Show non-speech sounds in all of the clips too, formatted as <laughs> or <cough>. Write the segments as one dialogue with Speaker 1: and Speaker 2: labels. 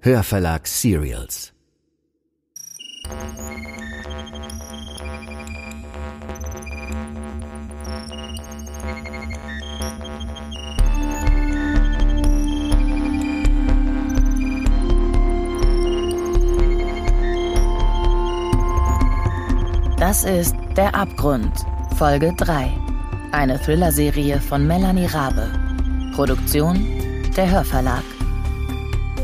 Speaker 1: Hörverlag Serials.
Speaker 2: Das ist Der Abgrund, Folge 3. Eine Thriller-Serie von Melanie Rabe. Produktion der Hörverlag.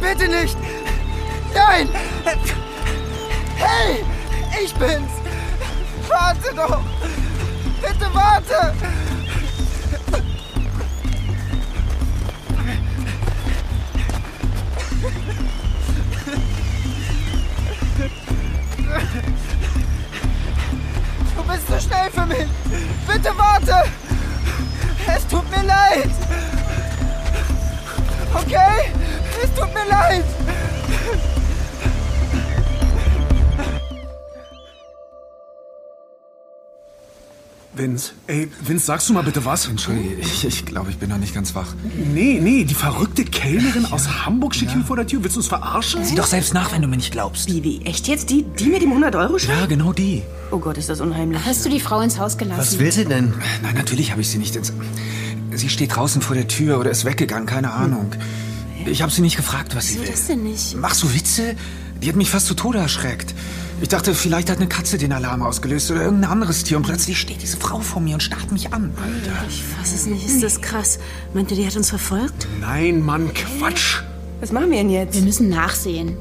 Speaker 3: Bitte nicht! Nein! Hey! Ich bin's! Warte doch! Bitte warte! Du bist zu schnell für mich! Bitte warte! Es tut mir leid! Okay? Es tut mir leid!
Speaker 4: Vince,
Speaker 5: Ey, Vince, sagst du mal bitte was?
Speaker 4: entschuldige, ich, ich glaube, ich bin noch nicht ganz wach.
Speaker 5: Nee, nee, die verrückte Kellnerin aus Hamburg steht hier vor der Tür. Willst du uns verarschen?
Speaker 6: Sieh doch selbst nach, wenn du mir nicht glaubst.
Speaker 7: Wie, wie, echt jetzt? Die, die mit dem 100-Euro-Schein?
Speaker 6: Ja, genau die.
Speaker 7: Oh Gott, ist das unheimlich.
Speaker 8: Hast du die Frau ins Haus gelassen?
Speaker 9: Was will sie denn?
Speaker 4: Nein, natürlich habe ich sie nicht ins... Sie steht draußen vor der Tür oder ist weggegangen, keine Ahnung. Ich habe sie nicht gefragt, was sie
Speaker 8: Wieso
Speaker 4: will.
Speaker 8: das denn nicht?
Speaker 4: Machst du Witze? Die hat mich fast zu Tode erschreckt. Ich dachte, vielleicht hat eine Katze den Alarm ausgelöst oder irgendein anderes Tier und plötzlich steht diese Frau vor mir und starrt mich an. Alter.
Speaker 8: Ich fass es nicht. Ist das krass? Meint ihr, die hat uns verfolgt?
Speaker 5: Nein, Mann, Quatsch.
Speaker 7: Was machen wir denn
Speaker 8: Wir
Speaker 7: jetzt?
Speaker 8: müssen nachsehen.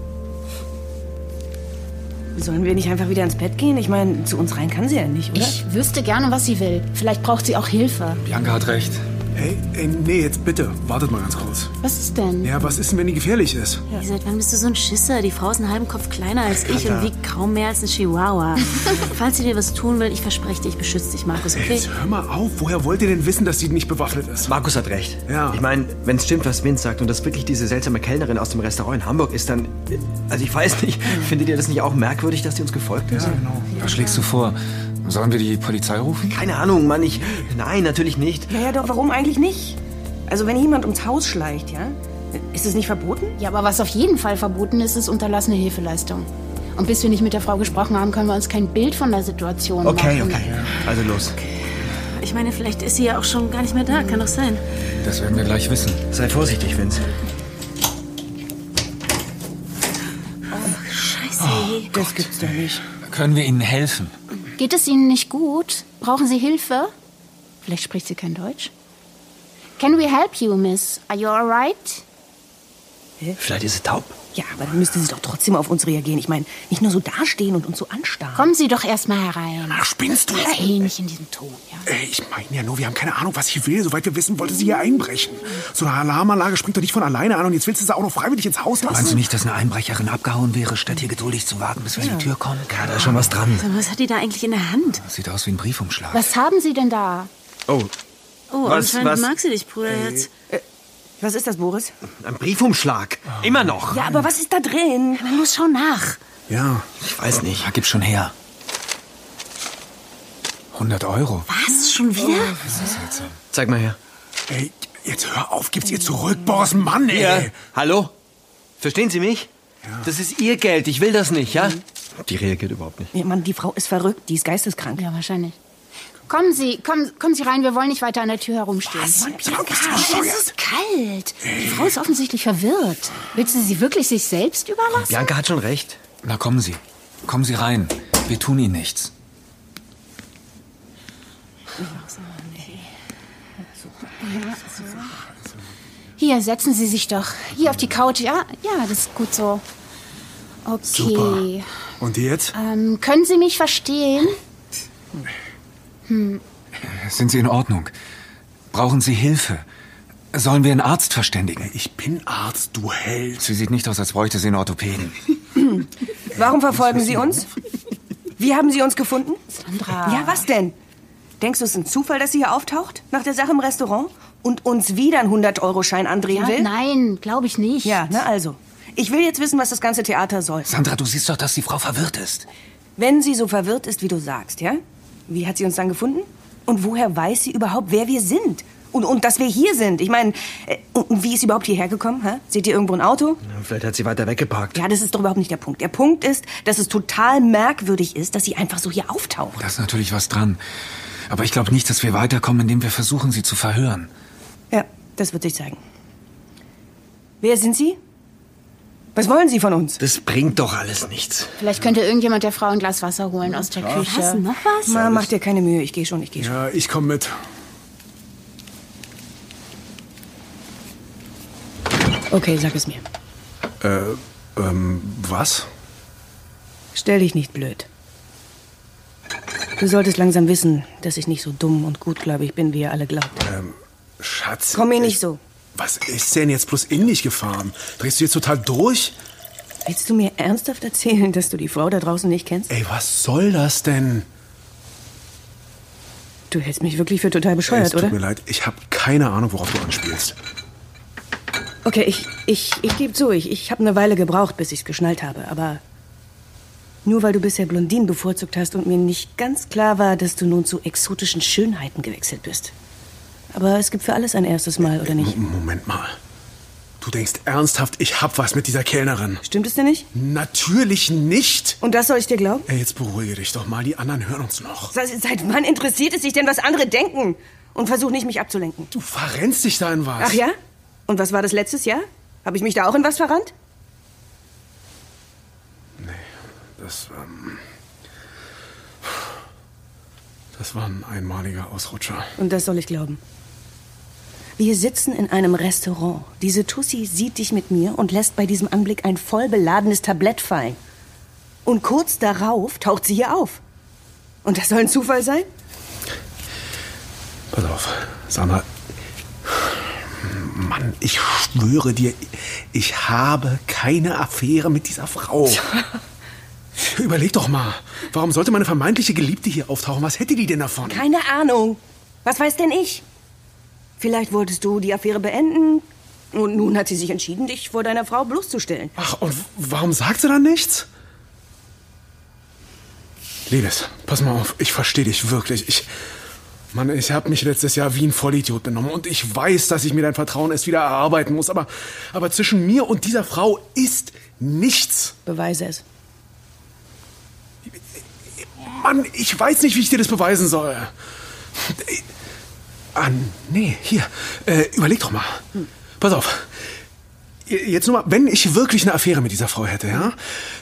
Speaker 7: Sollen wir nicht einfach wieder ins Bett gehen? Ich meine, zu uns rein kann sie ja nicht, oder?
Speaker 8: Ich wüsste gerne, was sie will. Vielleicht braucht sie auch Hilfe.
Speaker 4: Bianca hat recht.
Speaker 5: Ey, ey, nee, jetzt bitte, wartet mal ganz kurz.
Speaker 8: Was ist denn?
Speaker 5: Ja, was ist denn, wenn die gefährlich ist?
Speaker 8: Seit wann bist du so ein Schisser? Die Frau ist einen halben Kopf kleiner als ich und wiegt kaum mehr als ein Chihuahua. Falls sie dir was tun will, ich verspreche dir, ich beschütze dich, Markus,
Speaker 5: Ey,
Speaker 8: okay?
Speaker 5: Jetzt hör mal auf, woher wollt ihr denn wissen, dass sie nicht bewaffnet ist?
Speaker 9: Markus hat recht.
Speaker 5: Ja.
Speaker 9: Ich meine, wenn es stimmt, was Vince sagt und das wirklich diese seltsame Kellnerin aus dem Restaurant in Hamburg ist, dann. Also ich weiß
Speaker 7: <laughs>
Speaker 9: nicht, findet ihr das nicht auch merkwürdig, dass die uns gefolgt ist?
Speaker 7: genau.
Speaker 4: Was schlägst du vor? Sollen wir die Polizei rufen?
Speaker 9: Keine Ahnung, Mann, ich. Nein, natürlich nicht.
Speaker 7: Naja, doch, warum eigentlich nicht? Also, wenn jemand ums Haus schleicht, ja? Ist es nicht verboten?
Speaker 8: Ja, aber was auf jeden Fall verboten ist, ist unterlassene Hilfeleistung. Und bis wir nicht mit der Frau gesprochen haben, können wir uns kein Bild von der Situation
Speaker 9: Okay,
Speaker 8: machen.
Speaker 9: okay. Also los.
Speaker 8: Ich meine, vielleicht ist sie ja auch schon gar nicht mehr da. Kann doch sein.
Speaker 4: Das werden wir gleich wissen.
Speaker 9: Sei vorsichtig, Vince.
Speaker 8: Scheiße.
Speaker 7: Oh,
Speaker 9: Oh,
Speaker 7: Das gibt's doch nicht.
Speaker 4: Können wir ihnen helfen?
Speaker 8: Geht es Ihnen nicht gut? Brauchen Sie Hilfe? Vielleicht spricht sie kein Deutsch. Can we help you, miss? Are you alright?
Speaker 9: Vielleicht ist sie taub.
Speaker 7: Ja, aber dann müsste sie doch trotzdem auf uns reagieren. Ich meine, nicht nur so dastehen und uns so anstarren.
Speaker 8: Kommen Sie doch erstmal herein.
Speaker 5: Ach, spinnst du?
Speaker 8: Ey, nicht in diesem Ton, ja.
Speaker 5: Ey, ich meine ja nur, wir haben keine Ahnung, was sie will. Soweit wir wissen, wollte sie hier einbrechen. So eine Alarmanlage springt doch nicht von alleine an und jetzt willst du sie auch noch freiwillig ins Haus
Speaker 4: Meinst du
Speaker 5: lassen?
Speaker 4: nicht, dass eine Einbrecherin abgehauen wäre, statt hier geduldig zu warten, bis wir an die Tür kommen?
Speaker 9: Ja, da ist schon was dran.
Speaker 8: Was hat die da eigentlich in der Hand?
Speaker 4: Sieht aus wie ein Briefumschlag.
Speaker 8: Was haben Sie denn da?
Speaker 9: Oh,
Speaker 8: Oh,
Speaker 9: Was-
Speaker 8: anscheinend
Speaker 9: was-
Speaker 8: mag sie dich, Bruderherz.
Speaker 7: Was ist das, Boris?
Speaker 9: ein Briefumschlag. Immer noch.
Speaker 7: Ja, aber was ist da drin?
Speaker 8: Man muss schon nach.
Speaker 5: Ja.
Speaker 9: Ich weiß nicht.
Speaker 4: Ja, gib schon her. 100 Euro.
Speaker 8: Was? Schon wieder?
Speaker 9: Zeig mal her.
Speaker 5: Ey, jetzt hör auf, gib's ihr zurück, Boris, Mann, ey.
Speaker 9: Ihr, hallo? Verstehen Sie mich? Das ist Ihr Geld, ich will das nicht, ja?
Speaker 4: Mhm.
Speaker 9: Die reagiert überhaupt nicht.
Speaker 7: Ja, Mann, die Frau ist verrückt. Die ist geisteskrank.
Speaker 8: Ja, wahrscheinlich. Kommen Sie, kommen, kommen Sie rein, wir wollen nicht weiter an der Tür herumstehen.
Speaker 5: Mann, Bianca, bist du
Speaker 8: Es
Speaker 5: bescheuert?
Speaker 8: ist kalt. Die Frau ist offensichtlich verwirrt. Willst du sie wirklich sich selbst überlassen?
Speaker 9: Bianca hat schon recht.
Speaker 4: Na kommen Sie. Kommen Sie rein. Wir tun Ihnen nichts.
Speaker 8: Hier, setzen Sie sich doch. Hier auf die Couch, ja? Ja, das ist gut so. Okay.
Speaker 5: Und jetzt?
Speaker 8: Ähm, können Sie mich verstehen?
Speaker 4: Sind Sie in Ordnung? Brauchen Sie Hilfe? Sollen wir einen Arzt verständigen?
Speaker 5: Ich bin Arzt, du Held.
Speaker 4: Sie sieht nicht aus, als bräuchte sie einen Orthopäden.
Speaker 7: Warum verfolgen Sie uns? Wie haben Sie uns gefunden?
Speaker 8: Sandra.
Speaker 7: Ja, was denn? Denkst du, es ist ein Zufall, dass sie hier auftaucht? Nach der Sache im Restaurant? Und uns wieder einen 100-Euro-Schein andrehen
Speaker 8: Ja,
Speaker 7: will?
Speaker 8: nein, glaube ich nicht.
Speaker 7: Ja, na also. Ich will jetzt wissen, was das ganze Theater soll.
Speaker 4: Sandra, du siehst doch, dass die Frau verwirrt ist.
Speaker 7: Wenn sie so verwirrt ist, wie du sagst, ja? Wie hat sie uns dann gefunden? Und woher weiß sie überhaupt, wer wir sind? Und, und dass wir hier sind? Ich meine, äh, und, und wie ist sie überhaupt hierher gekommen? Hä? Seht ihr irgendwo ein Auto?
Speaker 9: Vielleicht hat sie weiter weggeparkt.
Speaker 7: Ja, das ist doch überhaupt nicht der Punkt. Der Punkt ist, dass es total merkwürdig ist, dass sie einfach so hier auftaucht.
Speaker 4: Da ist natürlich was dran. Aber ich glaube nicht, dass wir weiterkommen, indem wir versuchen, sie zu verhören.
Speaker 7: Ja, das wird sich zeigen. Wer sind Sie? Was wollen Sie von uns?
Speaker 9: Das bringt doch alles nichts.
Speaker 8: Vielleicht könnte irgendjemand der Frau ein Glas Wasser holen aus der Küche.
Speaker 6: Was? ne? Noch was?
Speaker 7: Ma, mach dir keine Mühe. Ich gehe schon, ich gehe schon.
Speaker 5: Ja, ich komme mit.
Speaker 7: Okay, sag es mir.
Speaker 5: Äh, ähm, was?
Speaker 7: Stell dich nicht blöd. Du solltest langsam wissen, dass ich nicht so dumm und gutgläubig bin, wie ihr alle glaubt.
Speaker 5: Ähm, Schatz.
Speaker 7: Komm mir nicht
Speaker 5: ich-
Speaker 7: so.
Speaker 5: Was ist denn jetzt bloß in dich gefahren? Drehst du jetzt total durch?
Speaker 7: Willst du mir ernsthaft erzählen, dass du die Frau da draußen nicht kennst?
Speaker 5: Ey, was soll das denn?
Speaker 7: Du hältst mich wirklich für
Speaker 5: Ey,
Speaker 7: total
Speaker 5: es
Speaker 7: bescheuert,
Speaker 5: tut
Speaker 7: oder?
Speaker 5: mir leid, ich habe keine Ahnung, worauf du anspielst.
Speaker 7: Okay, ich, ich, ich gebe zu, ich, ich habe eine Weile gebraucht, bis ich's geschnallt habe, aber nur weil du bisher Blondinen bevorzugt hast und mir nicht ganz klar war, dass du nun zu exotischen Schönheiten gewechselt bist. Aber es gibt für alles ein erstes Mal, oder nicht?
Speaker 5: M- Moment mal. Du denkst ernsthaft, ich hab was mit dieser Kellnerin?
Speaker 7: Stimmt es denn nicht?
Speaker 5: Natürlich nicht.
Speaker 7: Und das soll ich dir glauben?
Speaker 5: Ey, jetzt beruhige dich doch mal, die anderen hören uns noch.
Speaker 7: Se- Seit wann interessiert es dich denn, was andere denken? Und versuch nicht, mich abzulenken.
Speaker 5: Du verrennst dich da in was.
Speaker 7: Ach ja? Und was war das letztes Jahr? Habe ich mich da auch in was verrannt?
Speaker 5: Das, ähm, das war ein einmaliger Ausrutscher.
Speaker 7: Und das soll ich glauben. Wir sitzen in einem Restaurant. Diese Tussi sieht dich mit mir und lässt bei diesem Anblick ein voll beladenes Tablett fallen. Und kurz darauf taucht sie hier auf. Und das soll ein Zufall sein?
Speaker 5: Pass auf, Sandra. Mann, ich schwöre dir, ich habe keine Affäre mit dieser Frau. Überleg doch mal, warum sollte meine vermeintliche Geliebte hier auftauchen? Was hätte die denn davon?
Speaker 7: Keine Ahnung. Was weiß denn ich? Vielleicht wolltest du die Affäre beenden. Und nun hat sie sich entschieden, dich vor deiner Frau bloßzustellen.
Speaker 5: Ach, und w- warum sagt sie dann nichts? Liebes, pass mal auf, ich verstehe dich wirklich. Ich. Mann, ich habe mich letztes Jahr wie ein Vollidiot benommen und ich weiß, dass ich mir dein Vertrauen erst wieder erarbeiten muss, aber, aber zwischen mir und dieser Frau ist nichts.
Speaker 7: Beweise es.
Speaker 5: Mann, ich weiß nicht, wie ich dir das beweisen soll. Ah, nee, hier. Äh, überleg doch mal. Pass auf. Jetzt nur mal, wenn ich wirklich eine Affäre mit dieser Frau hätte, ja,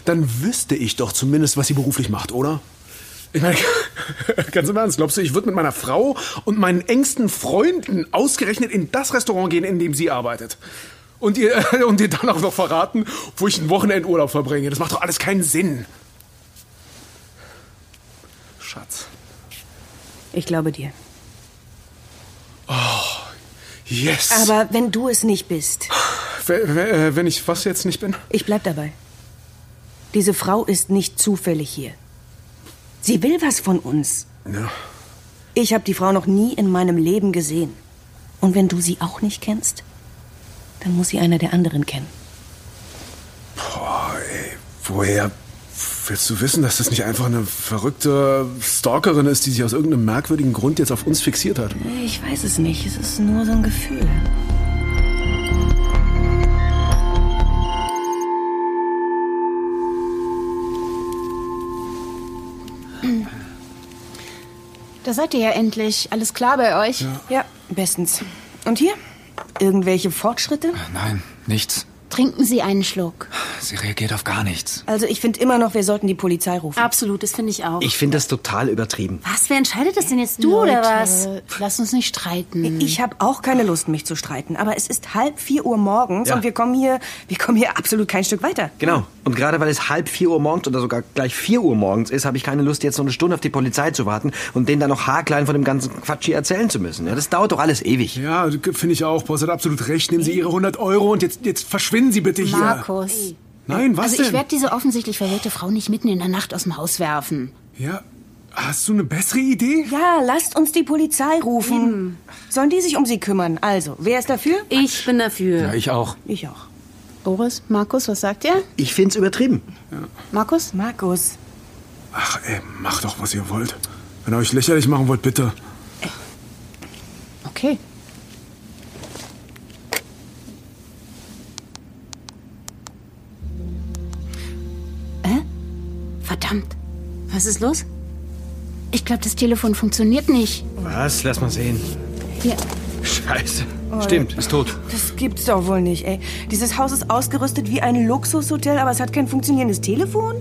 Speaker 5: dann wüsste ich doch zumindest, was sie beruflich macht, oder? Ich meine, <laughs> ganz im Ernst, glaubst du, ich würde mit meiner Frau und meinen engsten Freunden ausgerechnet in das Restaurant gehen, in dem sie arbeitet? Und ihr, <laughs> und ihr dann auch noch verraten, wo ich einen Wochenendurlaub verbringe? Das macht doch alles keinen Sinn. Schatz.
Speaker 7: Ich glaube dir.
Speaker 5: Yes.
Speaker 7: Aber wenn du es nicht bist,
Speaker 5: Wenn, äh, wenn- wenn ich was jetzt nicht bin?
Speaker 7: ich bleib dabei. Diese Frau ist nicht zufällig hier. Sie will was von uns.
Speaker 5: Ja.
Speaker 7: Ich habe die Frau noch nie in meinem Leben gesehen. Und wenn du sie auch nicht kennst, dann muss sie einer der anderen kennen.
Speaker 5: Boah, ey, woher willst du wissen, dass das nicht einfach eine verrückte Stalkerin ist, die sich aus irgendeinem merkwürdigen Grund jetzt auf uns fixiert hat?
Speaker 7: Ich weiß es nicht. Es ist nur so ein Gefühl.
Speaker 8: Da seid ihr ja endlich. Alles klar bei euch?
Speaker 7: Ja, bestens. Und hier? Irgendwelche Fortschritte?
Speaker 4: Nein, nichts.
Speaker 8: Trinken Sie einen Schluck.
Speaker 4: Sie reagiert auf gar nichts.
Speaker 7: Also ich finde immer noch, wir sollten die Polizei rufen.
Speaker 8: Absolut, das finde ich auch.
Speaker 9: Ich finde das total übertrieben.
Speaker 8: was? Wer entscheidet das denn jetzt? Du oder was? Lass uns nicht streiten.
Speaker 7: Ich habe auch keine Lust, mich zu streiten, aber es ist halb vier Uhr morgens
Speaker 9: Ja.
Speaker 7: und wir kommen hier, wir kommen hier absolut kein Stück weiter.
Speaker 9: Genau. Und gerade weil es halb vier Uhr morgens oder sogar gleich vier Uhr morgens ist, habe ich keine Lust, jetzt noch eine Stunde auf die Polizei zu warten und denen dann noch haarklein von dem ganzen Quatsch hier erzählen zu müssen. Ja, das dauert doch alles ewig.
Speaker 5: Ja, finde ich auch. Boss hat absolut recht. Nehmen Sie Ihre 100 Euro und jetzt, jetzt verschwinden Sie bitte hier.
Speaker 8: Markus.
Speaker 5: Nein, was
Speaker 8: Also ich
Speaker 5: denn?
Speaker 8: werde diese offensichtlich verhehlte Frau nicht mitten in der Nacht aus dem Haus werfen.
Speaker 5: Ja, hast du eine bessere Idee?
Speaker 7: Ja, lasst uns die Polizei
Speaker 8: Hm.
Speaker 7: rufen. Sollen die sich um sie kümmern? Also, wer ist dafür?
Speaker 6: Ich bin dafür.
Speaker 4: Ja, ich auch.
Speaker 7: Ich auch.
Speaker 8: Boris, Markus, was sagt ihr?
Speaker 9: Ich find's übertrieben.
Speaker 8: Markus?
Speaker 7: Markus.
Speaker 5: Ach, ey, macht doch, was ihr wollt. Wenn ihr euch lächerlich machen wollt, bitte.
Speaker 8: Okay. Äh? Verdammt. Was ist los? Ich glaube, das Telefon funktioniert nicht.
Speaker 9: Was? Lass mal sehen.
Speaker 8: Hier.
Speaker 9: Scheiße. Stimmt, ist tot.
Speaker 7: Das gibt's doch wohl nicht, ey. Dieses Haus ist ausgerüstet wie ein Luxushotel, aber es hat kein funktionierendes Telefon?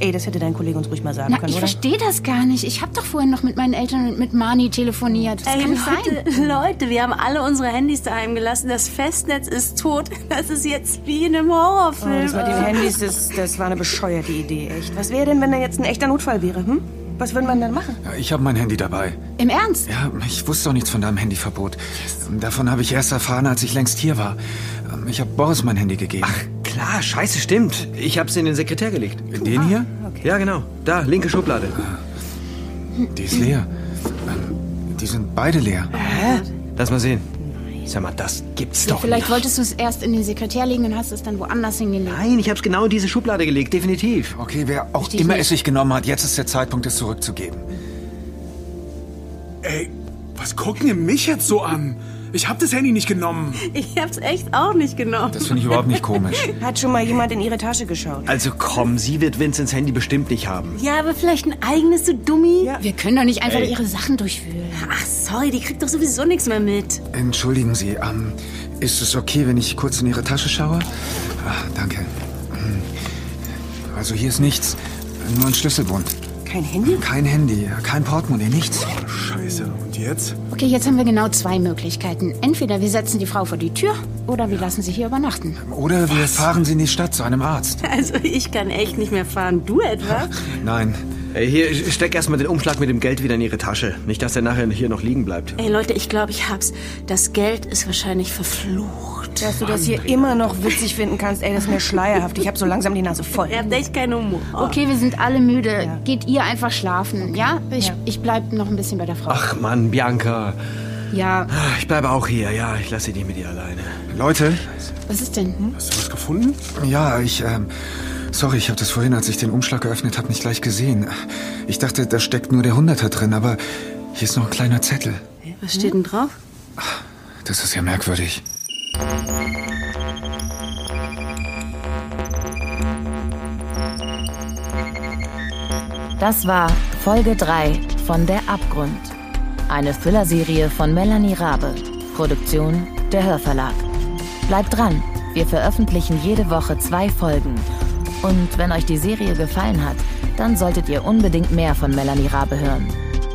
Speaker 7: Ey, das hätte dein Kollege uns ruhig mal sagen
Speaker 8: Na,
Speaker 7: können,
Speaker 8: ich
Speaker 7: oder?
Speaker 8: verstehe das gar nicht. Ich habe doch vorhin noch mit meinen Eltern und mit Mani telefoniert. Das
Speaker 6: Ey,
Speaker 8: kann nicht sein.
Speaker 6: Leute, Leute, wir haben alle unsere Handys daheim gelassen. Das Festnetz ist tot.
Speaker 8: <laughs>
Speaker 6: Das ist jetzt wie in einem Horrorfilm.
Speaker 7: Das mit den Handys, das, das war eine bescheuerte Idee, echt. Was wäre denn, wenn da jetzt ein echter Notfall wäre, hm? Was würde man dann machen?
Speaker 4: Ja, ich habe mein Handy dabei.
Speaker 8: Im Ernst?
Speaker 4: Ja, ich wusste auch nichts von deinem Handyverbot. Davon habe ich erst erfahren, als ich längst hier war. Ich habe Boris mein Handy gegeben.
Speaker 9: Klar, scheiße, stimmt. Ich hab's in den Sekretär gelegt.
Speaker 8: ah,
Speaker 4: Den hier?
Speaker 9: Ja, genau. Da, linke Schublade.
Speaker 4: Die ist leer. Ähm, Die sind beide leer.
Speaker 8: Äh,
Speaker 9: Lass mal sehen. Sag mal, das gibt's doch
Speaker 8: Vielleicht
Speaker 9: nicht.
Speaker 8: wolltest du es erst in den Sekretär legen und hast es dann woanders hingelegt.
Speaker 9: Nein, ich hab's genau in diese Schublade gelegt, definitiv.
Speaker 4: Okay, wer auch
Speaker 8: Verstehe ich
Speaker 4: immer
Speaker 8: nicht.
Speaker 4: es sich genommen hat, jetzt ist der Zeitpunkt, es zurückzugeben.
Speaker 5: Ey, was gucken ihr mich jetzt so an? Ich hab das Handy nicht genommen.
Speaker 6: Ich hab's echt auch nicht genommen.
Speaker 4: Das finde ich überhaupt nicht komisch.
Speaker 8: <laughs>
Speaker 7: Hat schon mal jemand in ihre Tasche geschaut?
Speaker 9: Also komm, sie wird Vincents Handy bestimmt nicht haben.
Speaker 6: Ja, aber vielleicht ein eigenes, du Dummi.
Speaker 7: Ja.
Speaker 8: Wir können doch nicht einfach ihre Sachen durchwühlen.
Speaker 6: Ach, sorry, die kriegt doch sowieso nichts mehr mit.
Speaker 4: Entschuldigen Sie, ähm, ist es okay, wenn ich kurz in Ihre Tasche schaue? Ah, danke. Hm. Also hier ist nichts, nur ein Schlüsselbund.
Speaker 7: Kein Handy?
Speaker 4: Kein Handy, kein Portemonnaie, nichts.
Speaker 5: Scheiße, und jetzt?
Speaker 8: Okay, jetzt haben wir genau zwei Möglichkeiten. Entweder wir setzen die Frau vor die Tür oder wir lassen sie hier übernachten.
Speaker 4: Oder wir fahren Sie in die Stadt zu einem Arzt.
Speaker 6: Also ich kann echt nicht mehr fahren. Du etwa?
Speaker 4: Nein,
Speaker 9: Ey, hier, steck erstmal den Umschlag mit dem Geld wieder in ihre Tasche. Nicht, dass der nachher hier noch liegen bleibt.
Speaker 6: Ey Leute, ich glaube, ich hab's. Das Geld ist wahrscheinlich verflucht.
Speaker 7: Dass du das hier immer noch witzig finden kannst, ey, das ist mir schleierhaft. Ich hab so langsam die Nase voll.
Speaker 6: Ihr habt echt keinen Humor.
Speaker 8: Okay, wir sind alle müde. Geht ihr einfach schlafen, ja? Ich, ich bleib noch ein bisschen bei der Frau.
Speaker 9: Ach Mann, Bianca.
Speaker 8: Ja,
Speaker 9: Ah, Ich bleibe auch hier. Ja, ich lasse die mit ihr alleine.
Speaker 4: Leute,
Speaker 8: was ist denn?
Speaker 5: Hast du was gefunden?
Speaker 4: ja, ich, ähm, sorry, ich habe das vorhin, als ich den Umschlag geöffnet habe, nicht gleich gesehen. Ich dachte, da steckt nur der Hunderter drin, aber hier ist noch ein kleiner Zettel.
Speaker 6: Was steht denn drauf?
Speaker 4: Das ist ja merkwürdig.
Speaker 2: Das war Folge 3 von Der Abgrund. Eine Thriller-Serie von Melanie Rabe. Produktion der Hörverlag. Bleibt dran, wir veröffentlichen jede Woche zwei Folgen. Und wenn euch die Serie gefallen hat, dann solltet ihr unbedingt mehr von Melanie Rabe hören.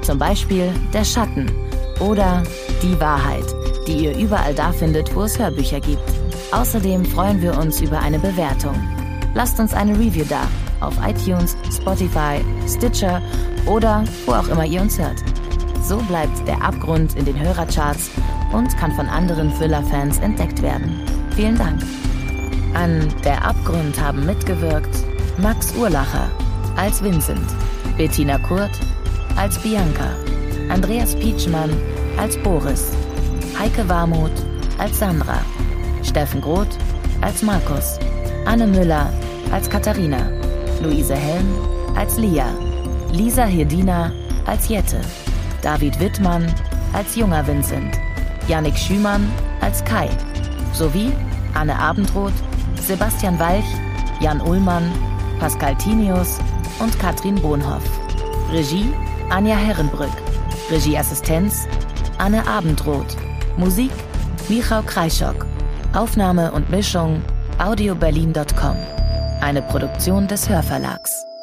Speaker 2: Zum Beispiel Der Schatten oder Die Wahrheit, die ihr überall da findet, wo es Hörbücher gibt. Außerdem freuen wir uns über eine Bewertung. Lasst uns eine Review da auf iTunes, Spotify, Stitcher oder wo auch immer ihr uns hört. So bleibt der Abgrund in den Hörercharts und kann von anderen Thriller-Fans entdeckt werden. Vielen Dank. An Der Abgrund haben mitgewirkt Max Urlacher als Vincent, Bettina Kurt als Bianca, Andreas Pietschmann als Boris, Heike Warmuth als Sandra, Steffen Groth als Markus, Anne Müller als Katharina, Luise Helm als Lia, Lisa Hirdina als Jette, David Wittmann als junger Vincent, Yannick Schümann als Kai sowie Anne Abendroth, Sebastian Walch, Jan Ullmann, Pascal Tinius und Katrin Bohnhoff. Regie Anja Herrenbrück. Regieassistenz Anne Abendroth. Musik Michał Kreischock. Aufnahme und Mischung audioberlin.com. eine Produktion des Hörverlags.